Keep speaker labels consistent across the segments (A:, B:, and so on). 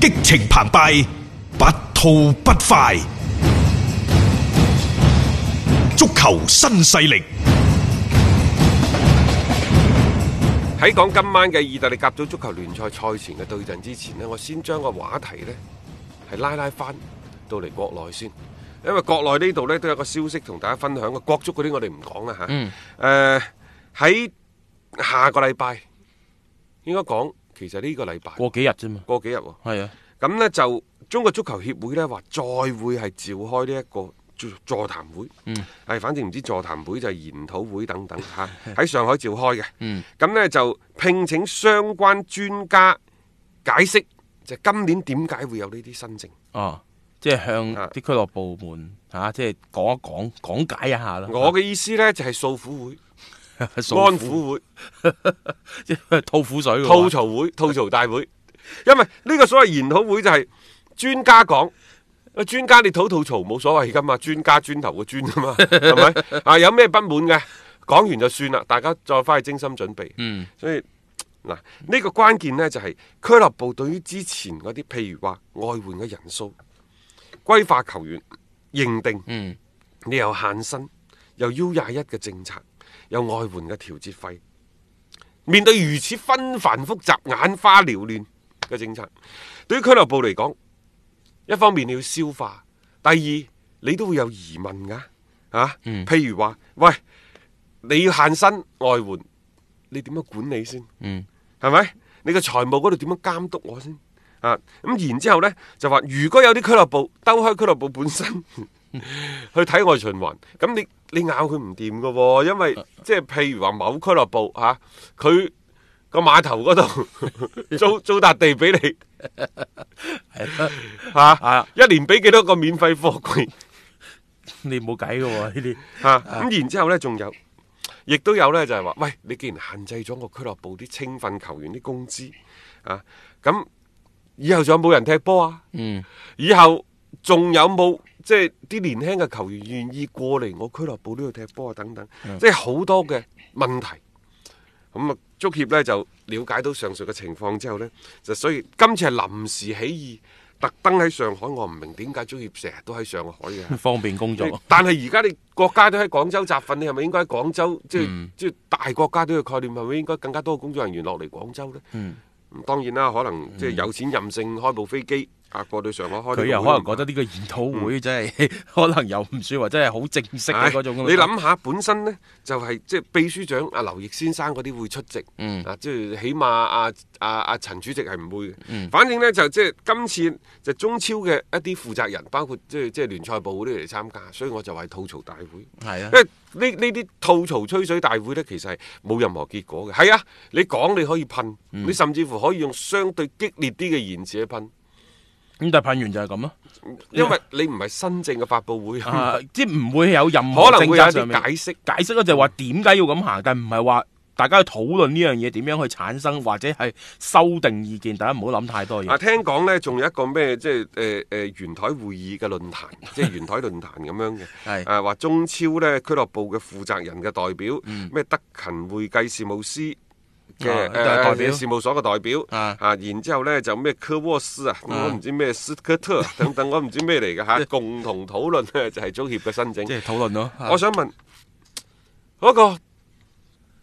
A: 激情澎湃，不吐不快。足球新勢力，
B: 喺講今晚嘅意大利甲組足球聯賽賽前嘅對陣之前呢，我先將個話題呢係拉拉翻到嚟國內先，因為國內呢度呢都有個消息同大家分享嘅，國足嗰啲我哋唔講啊啦吓。誒、喺、下個禮拜應該講，其實呢個禮拜
C: 過幾日啫嘛。
B: 過幾日喎。
C: 係啊，
B: 咁呢就中國足球協會呢話再會係召開呢一個座座談會，嗯，係反正唔知座談會就係研討會等等嚇，喺上海召開嘅，嗯，咁呢就聘請相關專家解釋，就今年點解會有呢啲新政。
C: 哦，即係向
B: 啊
C: 啲俱樂部門嚇、啊即係講一講，講解一下啦。
B: 我嘅意思呢，就係訴苦會、
C: 訴
B: 安
C: 苦，
B: 嗯撫會、
C: 即係吐苦水喎。
B: 吐槽會、吐槽大會，因為呢個所謂研討會就係專家講。喂專家你吐吐槽冇所謂噶嘛，專家磚頭個磚噶嘛，係咪？啊，有咩不滿嘅，講完就算啦，大家再翻去精心準備。
C: 嗯，
B: 所以嗱，呢、個關鍵呢，就係、俱樂部對於之前嗰啲，譬如話外援嘅人數、歸化球員認定，
C: 嗯，
B: 你有限薪，又 U 廿一嘅政策，有外援嘅調節費，面對如此紛繁複雜、眼花撩亂嘅政策，對於俱樂部嚟講，一方面你要消化，第二你都會有疑問噶，啊，譬如話，喂，你要限薪外援，你點樣管理先？
C: 嗯，
B: 係咪？你嘅財務嗰度點樣監督我先？啊，咁然之後呢，就話，如果有啲俱樂部兜開俱樂部本身 去體外循環，咁你你咬佢唔掂噶喎，因為即係譬如話某俱樂部嚇佢。個碼頭嗰度 租租笪地俾你，嚇、
C: 啊
B: 一年俾幾多個免費貨櫃
C: 你冇計嘅喎呢啲。
B: 嚇？啊咁、然之後呢，仲有，亦都有呢，就係、話，喂，你既然限制咗個俱樂部啲青訓球員啲工資啊，咁以後仲有冇人踢波啊？
C: 嗯，
B: 以後仲有冇即係啲年輕嘅球員願意過嚟我俱樂部呢度踢波啊？等等，即係好多嘅問題。咁啊，足協呢就了解到上述嘅情況之後呢，就所以今次係臨時起意，特登喺上海。我唔明點解足協成日都喺上海嘅。
C: 方便工作。
B: 但係而家你國家都喺廣州集訓，你係咪應該喺廣州？即係、
C: 嗯
B: 即係大國家都嘅概念，係咪應該更加多嘅工作人員落嚟廣州呢？嗯，當然啦，可能即係有錢任性，開部飛機啊過到上海開。
C: 嗯佢又可能覺得呢個研討會真係、 可能又唔算話真係好正式嘅
B: 嗯唉
C: 嗰種。
B: 你諗下，本身呢就係即係秘書長阿劉奕先生嗰啲會出席，
C: 嗯
B: 啊，即係起碼阿阿阿陳主席係唔會嘅。
C: 嗯
B: 反正呢，就即係今次就中超嘅一啲負責人，包括即係即係聯賽部嗰啲嚟參加，所以我就話係吐槽大會。
C: 係啊
B: 因為呢呢啲吐槽吹水大會呢，其實係冇任何結果嘅。係啊，你講你可以噴，
C: 嗯
B: 你甚至乎可以用相對激烈啲嘅言辭去噴，
C: 咁，但係噴完就係咁咯。
B: 因為你唔係新政嘅發佈會，
C: 啊，即係唔會有任何
B: 嗯 可能會有一
C: 政策上面
B: 啲解釋。
C: 解釋咧，就係話點解要咁行，但唔係話大家去討論呢樣嘢點樣去產生或者係修訂意見，大家唔好諗太多
B: 啊，
C: 嘢。
B: 聽講呢，仲有一個咩即係誒誒圓台會議嘅論 壇，即係圓台論壇咁樣嘅，
C: 係
B: 誒話中超呢俱樂部嘅負責人嘅代表，咩德勤會計事務司嘅
C: 嗯啊
B: 誒
C: 都係代表
B: 事務所嘅代表，
C: 啊
B: 然之後呢，就咩科沃斯啊，我唔知咩斯科特啊等等，我唔知咩嚟嘅 嚇，共同討論呢就係足協嘅申請
C: 即。係啊討論咯。
B: 我想問嗰個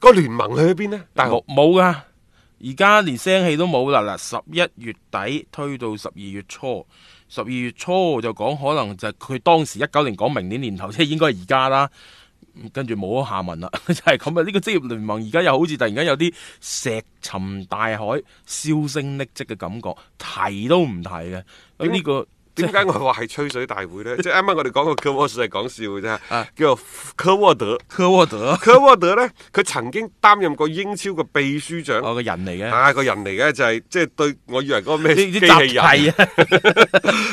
B: 個聯盟去咗邊呢？大雄
C: 冇冇噶，而家連聲氣都冇啦。嗱，十一月底推到十二月初，十二月初就講可能就係佢當時一九年講明年年頭，即係 應該係而家啦。嗯跟住冇咗下文啦， 就係咁啊！呢個職業聯盟而家又好似突然間有啲石沉大海、銷聲匿跡嘅感覺，提都唔提嘅。咁呢個
B: 點解我話係吹水大會 呢？即係啱啱我哋講個科沃斯係講笑嘅啫
C: 啊，
B: 叫做科沃德。
C: 科沃德
B: 科沃德呢，佢曾經擔任過英超嘅秘書長，
C: 我個人嚟 嘅，
B: 啊個人嚟嘅就係即係對，我以為嗰個咩機
C: 呢
B: 器
C: 啲
B: 人，
C: 集體 啊，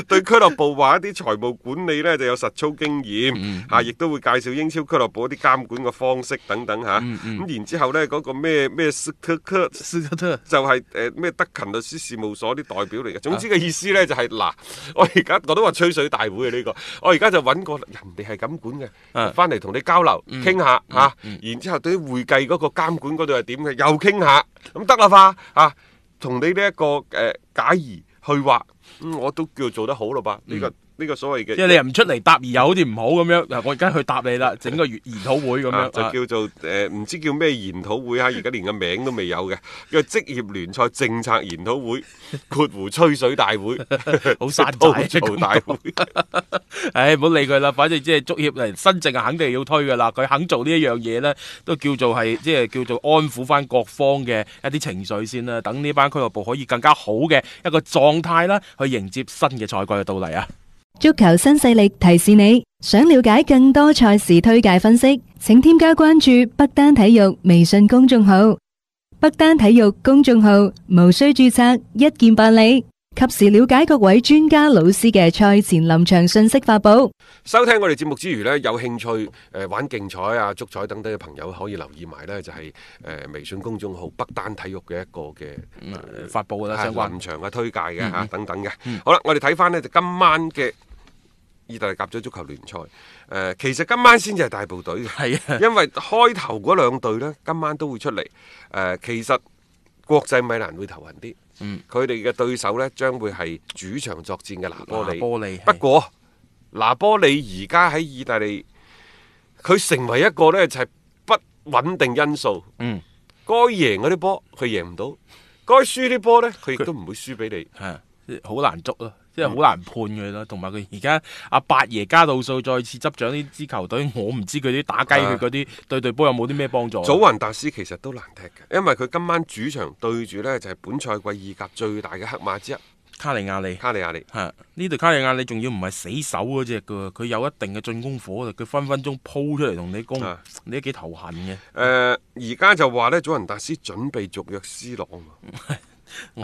B: 對俱樂部話一啲財務管理呢就有實操經
C: 嗯
B: 驗，啊亦都會介紹英超俱樂部一啲監管嘅方式等等嚇。
C: 嗯
B: 咁然之後呢，嗰個咩咩斯科克
C: 斯科特
B: 就係誒咩德勤律師事務所啲代表嚟
C: 啊
B: 嘅。總之嘅意思呢，就係、嗱， 我而家我都話吹水大會啊呢、個，我而家就揾個人哋係咁管嘅，
C: 啊嗯
B: 翻嚟同你交流傾下嚇，啊然之後對於會計嗰個監管嗰度係點嘅，又傾下，咁得啦嘛嚇，同、你呢、一個誒、呃、解疑。去話、嗯我都叫做得好嘞吧？呢、個呢、個所謂嘅
C: 嗯 即係你又唔出嚟答，而又好似唔好咁樣。嗱，我而家去答你啦，整個研研討會咁
B: 啊
C: 樣，啊
B: 就叫做誒唔、知叫咩研討會啊，而家連個名都未有嘅，叫職業聯賽政策研討會，括弧吹水大會，
C: 好 山寨啊
B: 吐槽大會。
C: 唉，唔好理佢啦，反正即係足協嚟新政啊，肯定要推噶啦。佢肯做呢一樣嘢呢，都叫做係即係叫做安撫翻各方嘅一啲情緒先啦，等呢班俱樂部可以更加好嘅一個狀態啦，去迎接新嘅賽季嘅到嚟啊！
D: 足球新勢力提示你，想了解更多賽事推介分析，請添加關注北單體育微信公眾號。北單體育公眾號無需註冊，一鍵辦理，及時了解各位專家老師嘅賽前臨場信息發布。
B: 收聽我哋節目之餘呢，有興趣誒、呃玩競彩啊、足彩等等嘅朋友，可以留意埋呢，就係、誒微信公眾號北單體育嘅一個嘅呃
C: 嗯發布啦，
B: 係
C: 相關嗯
B: 臨場嘅推介嘅嚇等等嘅。好啦，我哋睇翻呢，就今晚嘅意大利甲組足球聯賽，誒、其實今晚先至係大部隊嘅。
C: 係啊，
B: 因為開頭嗰兩隊呢，今晚都會出嚟。誒、其實國際米蘭會頭痕啲，
C: 嗯
B: 佢哋嘅對手呢，將會係主場作戰嘅拿波利。
C: 拿波利係
B: 不過拿波利而家喺意大利，佢成為一個呢就係、不穩定因素。
C: 嗯，
B: 該贏嗰啲波佢贏唔到，該輸啲波呢，佢亦都唔會輸俾你。
C: 係即係好難捉咯，即係好難判佢咯。同埋佢而家阿八爺加度數再次執掌呢支球隊，我唔知佢啲打雞血嗰啲對隊波有冇啲咩幫助。
B: 祖雲達斯其實都難踢嘅，因為佢今晚主場對住呢就係、本賽季意甲最大嘅黑馬之一
C: 卡利亞利。
B: 卡利亞利。
C: 係呢隊卡利亞，你仲要唔係死守嗰只噶，佢有一定嘅進攻火力，佢分分鐘鋪出嚟同你攻
B: 啊，
C: 你都幾頭痕嘅。
B: 誒呃
C: 嗯
B: 而家就話呢，祖雲達斯準備續約 C 朗
C: 嗯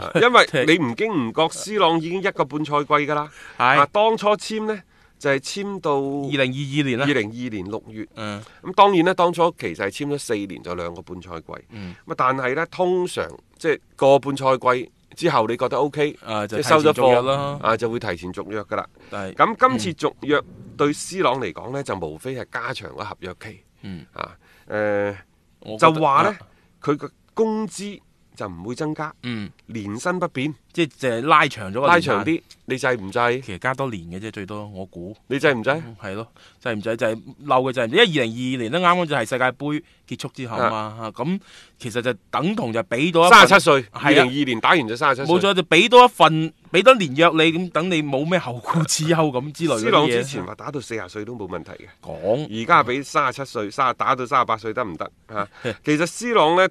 B: 喎，啊 因為你唔經唔覺，C 朗已經一個半賽季㗎啦。
C: 係
B: 啊，當初簽呢，就係、簽到二
C: 二零二二年啦，
B: 零二年六月。
C: 嗯，
B: 咁當然咧，當初其實係簽咗四年，就兩個半賽季。咁、
C: 嗯
B: 但係呢，通常即係個半賽季之後，你覺得 O、k
C: 啊就
B: 你收咗
C: 提前續約
B: 貨
C: 啦
B: 啊就會提前續約㗎啦。
C: 但係
B: 咁今次續約對 C 朗嚟講呢，就無非係加長個合約期。
C: 嗯
B: 啊，誒、
C: 我覺
B: 就
C: 得
B: 話呢
C: 啊，
B: 佢個工資就唔會增加，
C: 嗯，
B: 年薪不變，
C: 即係就係拉長咗個
B: 拉
C: 年
B: 長
C: 限，
B: 啲，你制唔制？
C: 其實加多年嘅啫，最多我估。
B: 你制唔制？
C: 係咯，制唔制就係嬲嘅就係，因為二零二二年咧啱啱就係世界盃結束之後嘛，嚇咁、其實就等同就俾到一份
B: 啊三十七歲，
C: 係啊
B: 二零二年打完就三十七歲。
C: 冇錯就俾多一份，俾多年約你，咁等你冇咩後顧之憂咁之類嗰
B: C
C: 啲
B: 朗
C: 嘢
B: 之前話打到四十歲都冇問題 嘅，
C: 講，
B: 而家俾三十七歲，三打到三十八歲得唔得啊？其實 C 朗呢，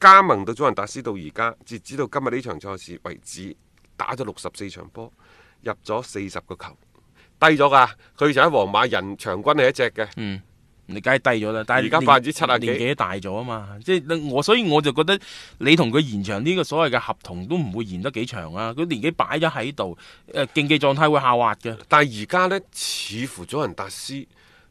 B: 加盟到祖雲達斯到而家，截止到今日呢場賽事為止，打咗六十四場波，入咗四十個球，低咗㗎。佢就喺皇馬人場均係一隻嘅。
C: 嗯，你梗係低咗啦，但係
B: 而家
C: 年
B: 百分之七啊幾
C: 年紀大咗啊嘛，即係我所以我就覺得你同佢延長呢個所謂嘅合同都唔會延得幾長啊，佢年紀擺咗喺度，誒、競技狀態會下滑嘅，
B: 但係而家呢，似乎佐仁達斯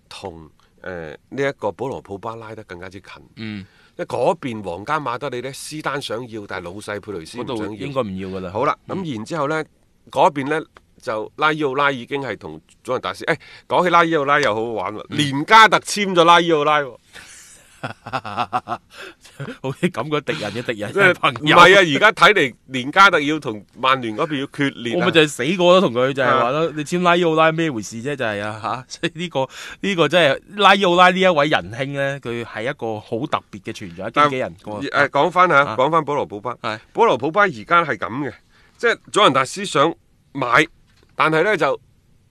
B: 同誒呢一個保羅普巴拉得更加之近。
C: 嗯，
B: 因為嗰邊皇家馬德里呢，斯丹想要，但係老細佩雷斯
C: 嗰
B: 唔想
C: 度
B: 要。
C: 應該唔要噶啦。
B: 好啦，咁、然之後呢，嗰邊呢就拉伊奧拉已經係同佐仁達斯。誒、哎講起拉伊奧拉又好好玩
C: 嗯
B: 喎，連加特簽咗拉伊奧拉喎，
C: 好似咁嘅敵人嘅敵人
B: 即係
C: 嘅 朋
B: 唔
C: 友。
B: 係啊？而家睇嚟，連加特要同曼聯嗰邊要決裂
C: 我
B: 啊
C: 咪就係死過咯，同佢就係話咯，你簽拉伊奧拉咩回事啫？就係啊吓， 所以呢個呢個真係拉伊奧拉呢一位仁兄咧，佢係一個好特別嘅存在，經紀人個
B: 誒講翻嚇，
C: 啊
B: 講翻保羅普巴
C: 係，
B: 保羅普巴而家係咁嘅，即係佐仁達斯想買，但係呢就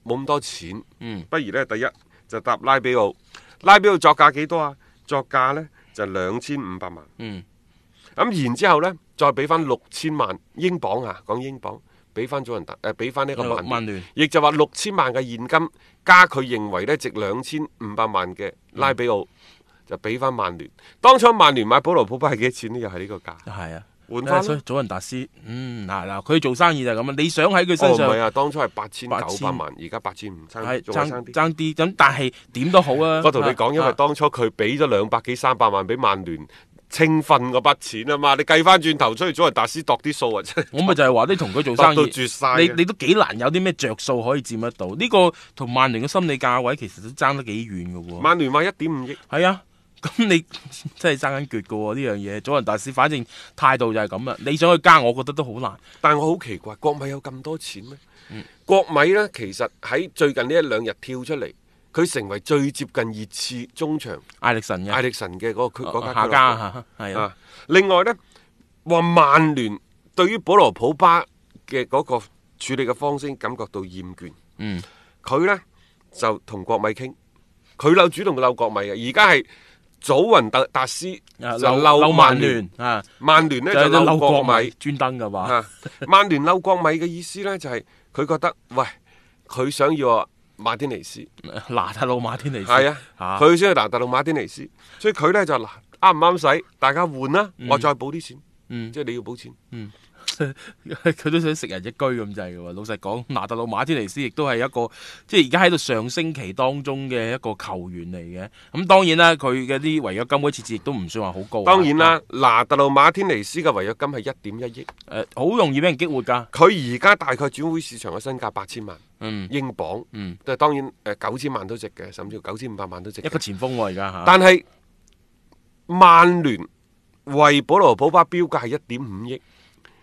B: 冇咁多錢，
C: 嗯，
B: 不如呢，第一就搭拉比奧，拉比奧作價幾多啊？作價呢就兩千五百萬，
C: 嗯，
B: 咁然之後呢，再俾翻六千萬英鎊啊，講英鎊。俾翻佐仁達，誒俾翻呢個曼
C: 曼聯
B: 亦就話六千萬嘅現金加佢認為呢值兩千五百萬嘅拉比奧，就俾翻曼聯。當初曼聯買保羅普巴係幾多錢呢？又係呢個價。
C: 係啊。
B: 換
C: 誒
B: 翻
C: 所以
B: 啦。
C: 祖雲達斯，嗯嗱嗱，佢做生意就係咁啊！你想喺佢
B: 哦，
C: 身
B: 唔係
C: 上
B: 啊，當初係八千九百
C: 8900
B: 萬，而家八千五，差
C: 係
B: 仲係
C: 爭
B: 爭啲。
C: 爭啲咁，但係點都好啊！
B: 我同你講，因為
C: 啊
B: 當初佢俾咗兩百幾三百萬俾曼聯清訓嗰筆錢啊嘛，你計翻轉頭，所以祖雲達斯度啲數啊，真係
C: 我咪就係話你同佢做生
B: 度到
C: 意，
B: 絕晒嘅
C: 你你都幾難有啲咩着數可以佔得到？呢個同曼聯嘅心理價位其實都爭得幾遠嘅喎。
B: 曼聯買一點五億，
C: 係啊，咁你 真係爭緊決嘅喎呢樣嘢。祖雲大師反正態度就係咁啦，啊你想去加，我覺得都好難。
B: 但我好奇怪，國米有咁多錢咩？
C: 嗯
B: 國米呢，其實喺最近呢一兩日跳出嚟，佢成為最接近熱刺中場
C: 艾力神嘅
B: 艾力神嘅嗰個區嗰
C: 哦
B: 家
C: 下家
B: 俱樂部
C: 嚇，係啊
B: 啊！另外呢，話曼聯對於保羅普巴嘅嗰個處理嘅方式感覺到厭倦，
C: 嗯，
B: 佢呢，就同國米傾，佢扭主動扭國米嘅，而家係祖雲達達斯
C: 啊
B: 就
C: 漏漏曼
B: 聯，
C: 聯啊，
B: 曼聯呢
C: 就
B: 就
C: 係
B: 扭
C: 漏
B: 國
C: 國
B: 米
C: 米。專登嘅話，
B: 啊，曼聯嬲國米嘅意思呢，就係、佢覺得，喂，佢想要啊馬天尼斯，
C: 嗱，特魯馬天尼斯
B: 係啊，
C: 嚇
B: 佢想要拿特魯馬天尼斯，所以佢呢就嗱啱唔啱使，大家換啦，我再補啲錢，
C: 嗯
B: 即係你要補錢，
C: 佢都想食人一居咁滯嘅喎。老實講，拿特魯馬天尼斯亦都係一個即係而家喺度上升期當中嘅一個球員嚟嘅。咁當然啦，佢嘅啲違約金嗰次次亦都唔算話好高啊。
B: 當然啦，拿特魯馬天尼斯嘅違約金係一點一億，
C: 啊，誒好容易俾人激活㗎。
B: 佢而家大概轉會市場嘅身價八千萬
C: 嗯
B: 英鎊，
C: 嗯，
B: 但係當然誒九千萬都值嘅，甚至乎九千五百萬都值嘅
C: 一個前鋒喎而家嚇。
B: 但係曼聯為保羅普巴標價係一點五億，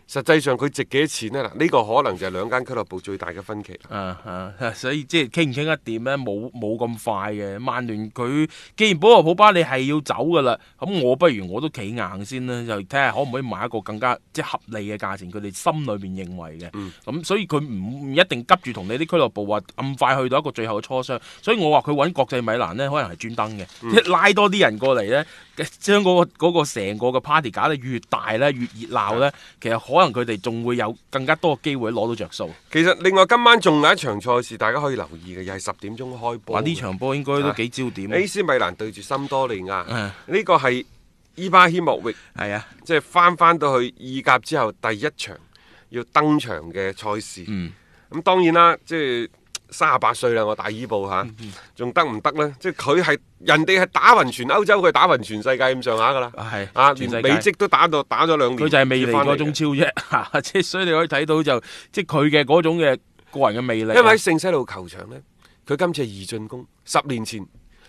B: 實際上佢值幾多錢呢？嗱，呢個可能就係兩間俱樂部最大嘅分歧啦。
C: 啊啊，所以即係傾唔傾得掂咧，冇冇咁快嘅。曼聯佢既然保羅普巴你係要走噶啦，咁我不如我都企硬先啦，就睇下可唔可以買一個更加即係合理嘅價錢，佢哋心裏邊認為嘅。咁、所以佢唔唔一定急住同你啲俱樂部話咁快去到一個最後嘅磋商。所以我話佢揾國際米蘭呢，可能係專登嘅，即係拉多啲人過嚟呢，將嗰、個嗰、個成個嘅 party 搞得越大呢，越熱鬧呢，其實可能佢哋仲會有更加多嘅機會攞到着數。
B: 其實另外今晚仲有一場賽事，大家可以留意嘅，又係十點鐘開波
C: 話
B: 嘅。
C: 呢場波應該都幾焦點。啊
B: AC 米蘭對住森多利亞，
C: 嗯
B: 呢個係伊巴希莫域
C: 係啊，
B: 即係翻翻到去意甲之後第一場要登場嘅賽事。
C: 嗯，
B: 咁當然啦，即係三十八歲啦，我大伊布
C: 嗯
B: 嚇，仲得唔得呢？即係佢係人哋係打暈全歐洲，佢打暈全世界咁上下噶啦。
C: 啊係
B: 啊，
C: 全
B: 連
C: 世
B: 美
C: 界
B: 職都打到打咗兩年，
C: 佢就係未嚟過
B: 先
C: 中超 啫，啊即係所以你可以睇到就即係佢嘅嗰種嘅個人嘅魅力
B: 返嚟嘅
C: 啊。
B: 因為喺聖西路球場呢，佢今次係二進攻，十年前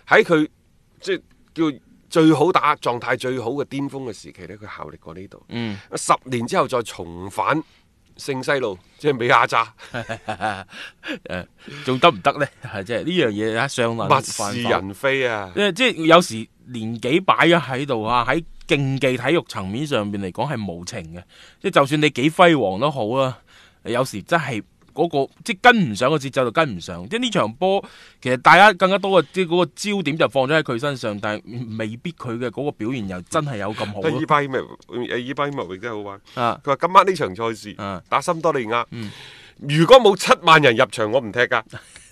B: 喺佢即係叫最好打、狀態最好嘅巔峰嘅時期呢，佢效力過呢度。
C: 嗯，
B: 十年之後再重返聖西路，即係美亞扎。
C: 誒仲得唔得咧？係即係呢 樣嘢啊，上
B: 物
C: 難
B: 是人非啊！
C: 即係即係有時年紀擺咗喺度啊，喺競技體育層面上面嚟講係無情嘅，即係就算你幾輝煌都好啦，有時真係嗰、個即係跟唔上個節奏就跟唔上，即係呢場波其實大家更加多嘅即係嗰個焦點就放咗喺佢身上，但係未必佢嘅嗰個表現又真係有咁好啊
B: 但係伊
C: 咯
B: 巴希莫誒伊巴希莫域真係好玩。
C: 啊！
B: 佢話今晚呢場賽事、
C: 啊嗯
B: 打森多利亞，如果冇七萬人入場，我唔踢噶。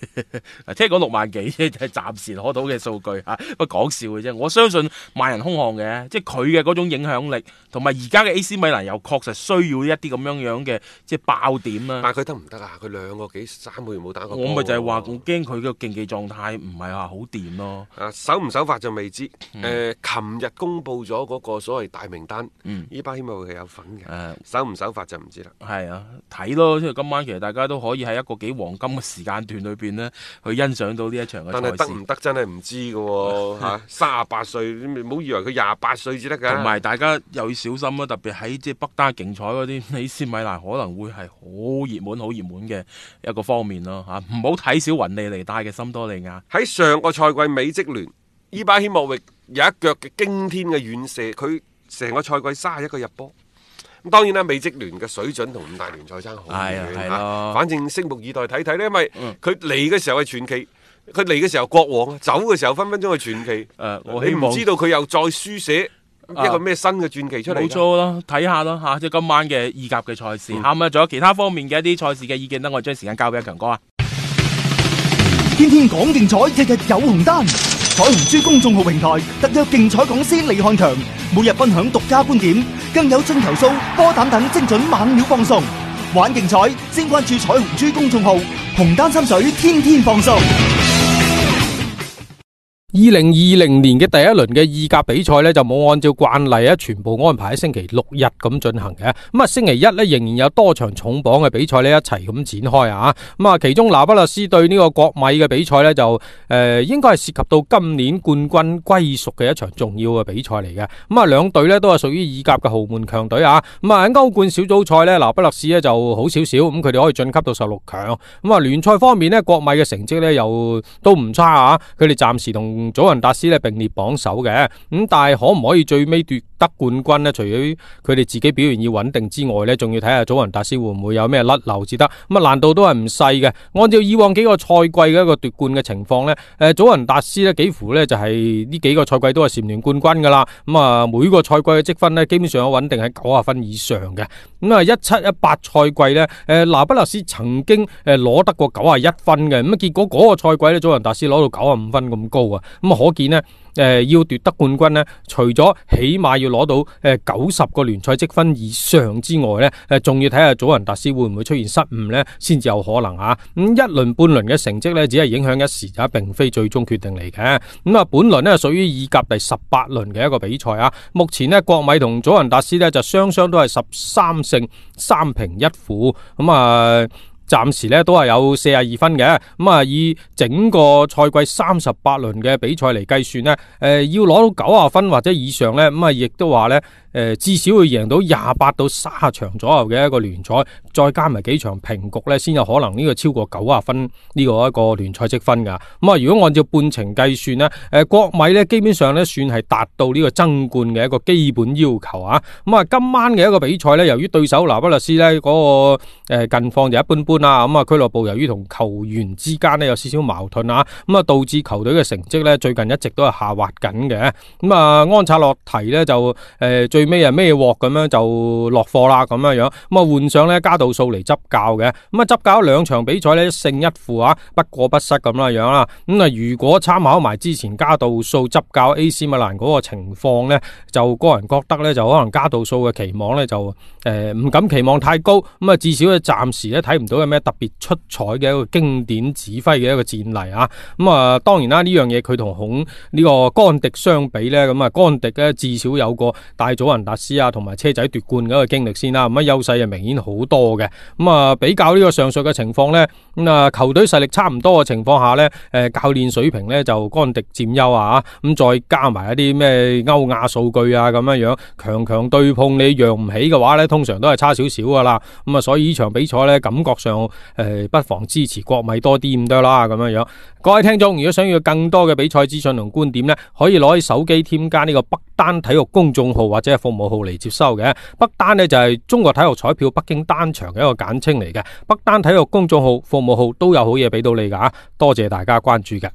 C: 聽講六萬幾啫，係暫時攞到嘅數據嚇，不過講笑嘅啫。我相信萬人空巷嘅，即係佢嘅嗰種影響力，同埋而家嘅 AC 米蘭又確實需要一啲咁樣樣嘅即係爆點啦。
B: 但係佢得唔得啊？佢兩個幾三個月冇打過波
C: 我
B: 喎。
C: 咪就係話，我驚佢嘅競技狀態唔係話好掂咯。
B: 啊，守唔守法就未知。誒、琴日公布咗嗰個所謂大名單，
C: 嗯
B: 伊巴希莫域係有份嘅。
C: 誒
B: 守唔守法就唔知啦。
C: 係啊，睇咯，即係今晚其實大家都可以喺一個幾黃金嘅時間段裏邊呢，去欣賞到呢一場
B: 但係
C: 嘅賽
B: 得
C: 事
B: 唔。得真係唔知嘅 喎嚇，三十八歲，你唔好以為佢廿八歲至得㗎。
C: 同埋大家又要小心啊啦，特別喺即係北單競彩嗰啲， 你斯米蘭可能會係好熱門、好熱門嘅一個方面咯嚇，唔好睇小雲利尼帶嘅森多利亞。
B: 喺上個賽季美職聯，伊巴希莫域有一腳嘅驚天嘅遠射，佢成個賽季三十一個入波。咁當然啦，美職聯嘅水準同五大聯賽爭好
C: 係啊
B: 遠
C: 係
B: 嚇
C: 咯
B: 反正拭目以待睇睇咧，因為
C: 嗯
B: 佢嚟嘅時候係傳奇，佢嚟嘅時候國王啊，走嘅時候分分鐘係傳奇。
C: 誒我
B: 你
C: 希望
B: 唔知道佢又再書寫
C: 啊
B: 一個咩新嘅傳奇出嚟㗎。嗯
C: 冇錯啊啦，睇下啦嚇，即係今晚嘅意甲嘅賽事。嚇咁啊，仲有其他方面嘅一啲賽事嘅意見呢，我哋將時間交俾阿強哥啊。
E: 天天講競彩，日日有紅單。彩虹珠公眾號平台特約競彩講師李漢強，每日分享獨家觀點，更有進球數、波膽等精準猛料放送。玩競彩，先關注彩虹珠公眾號，紅單心水，天天放送。
F: 二零二零年嘅第一輪嘅意甲比賽呢，就冇按照慣例啊，全部安排喺星期六日咁進行嘅。咁啊，星期一呢，仍然有多場重磅嘅比賽呢，一齊咁展開啊。咁啊，其中拿不勒斯對呢個國米嘅比賽呢，就誒、呃、應該係涉及到今年冠軍歸屬嘅一場重要嘅比賽嚟嘅。咁啊，兩隊呢，都係屬於意甲嘅豪門強隊啊。咁啊，喺歐冠小組賽呢，拿不勒斯呢就好少少，咁佢哋可以晉級到十六強。咁啊，聯賽方面呢，國米嘅成績呢，又都唔差啊，佢哋暫時同同祖雲達斯咧並列榜首嘅，咁、但係可唔可以最尾奪得冠軍呢？除咗佢哋自己表現要穩定之外呢，仲要睇下祖雲達斯會唔會有咩甩漏至得，咁啊難度都係唔細嘅。按照以往幾個賽季嘅一個奪冠嘅情況呢，誒、祖雲達斯呢幾乎呢就係、呢幾個賽季都係蟬聯冠軍噶啦，咁、啊每個賽季嘅積分呢，基本上穩定喺九啊分以上嘅。咁啊，一七一八賽季呢，誒、拿不勒斯曾經誒攞得過九啊一分嘅，咁啊結果嗰個賽季呢，祖雲達斯攞到九啊五分咁高啊，咁啊可見呢，誒、要奪得冠軍呢，除咗起碼要攞到誒九十個聯賽積分以上之外呢，誒仲要睇下祖雲達斯會唔會出現失誤呢，先至有可能啊。咁、一輪半輪嘅成績呢，只係影響一時啊，並非最終決定嚟嘅。咁啊，本輪呢屬於意甲第十八輪嘅一個比賽啊。目前呢，國米同祖雲達斯呢就雙雙都係十三勝三平一負，咁啊。暫時呢都係有四十二分嘅，咁啊以整個賽季三十八輪嘅比賽嚟計算呢，誒、要攞到九啊分或者以上呢，咁啊亦都話呢，誒、呃至少要贏到廿八到三十場左右嘅一個聯賽，再加埋幾場平局呢，先有可能呢個超過九啊分呢個一個聯賽積分㗎。咁啊，如果按照半程計算呢，誒、呃國米呢基本上呢算係達到呢個爭冠嘅一個基本要求啊。咁啊，今晚嘅一個比賽呢，由於對手拿不勒斯呢嗰、個誒、近況就一般般啦，咁啊俱樂部由於同球員之間呢有少少矛盾啊，咁啊導致球隊嘅成績呢最近一直都係下滑緊嘅。咁啊安察洛提呢就誒、最尾係咩鑊咁樣就落課啦咁樣樣，咁啊換上呢加道數嚟執教嘅，咁啊執教咗兩場比賽呢，一勝一負啊，不過不失咁啦樣啦。咁啊如果參考埋之前加道數執教 AC 米蘭嗰個情況呢，就個人覺得呢，就可能加道數嘅期望呢就。誒唔、敢期望太高，咁啊至少咧暫時咧睇唔到有咩特別出彩嘅一個經典指揮嘅一個戰例啊！咁、啊當然啦，呢樣嘢佢同孔呢個甘迪相比咧，咁啊甘迪咧至少有個帶祖雲達斯啊同埋車仔奪冠嘅一個經歷先啦，咁啊優勢係明顯好多嘅。咁啊比較呢個上述嘅情況咧，咁啊球隊實力差唔多嘅情況下咧，誒、教練水平咧就甘迪佔優啊，咁、再加埋一啲咩歐亞數據啊咁樣樣，強強對碰你讓唔起嘅話咧，通常都係差少少噶啦。咁啊，所以呢場比賽咧，感覺上誒、呃不妨支持國米多啲咁多啦，咁樣樣。各位聽眾，如果想要更多嘅比賽資訊同觀點呢，可以攞起手機添加呢個北單體育公眾號或者係服務號嚟接收嘅。北單呢就係、中國體育彩票北京單場嘅一個簡啊稱嚟嘅。北單體育公眾號、服務號都有好嘢俾到你㗎，多謝大家關注嘅。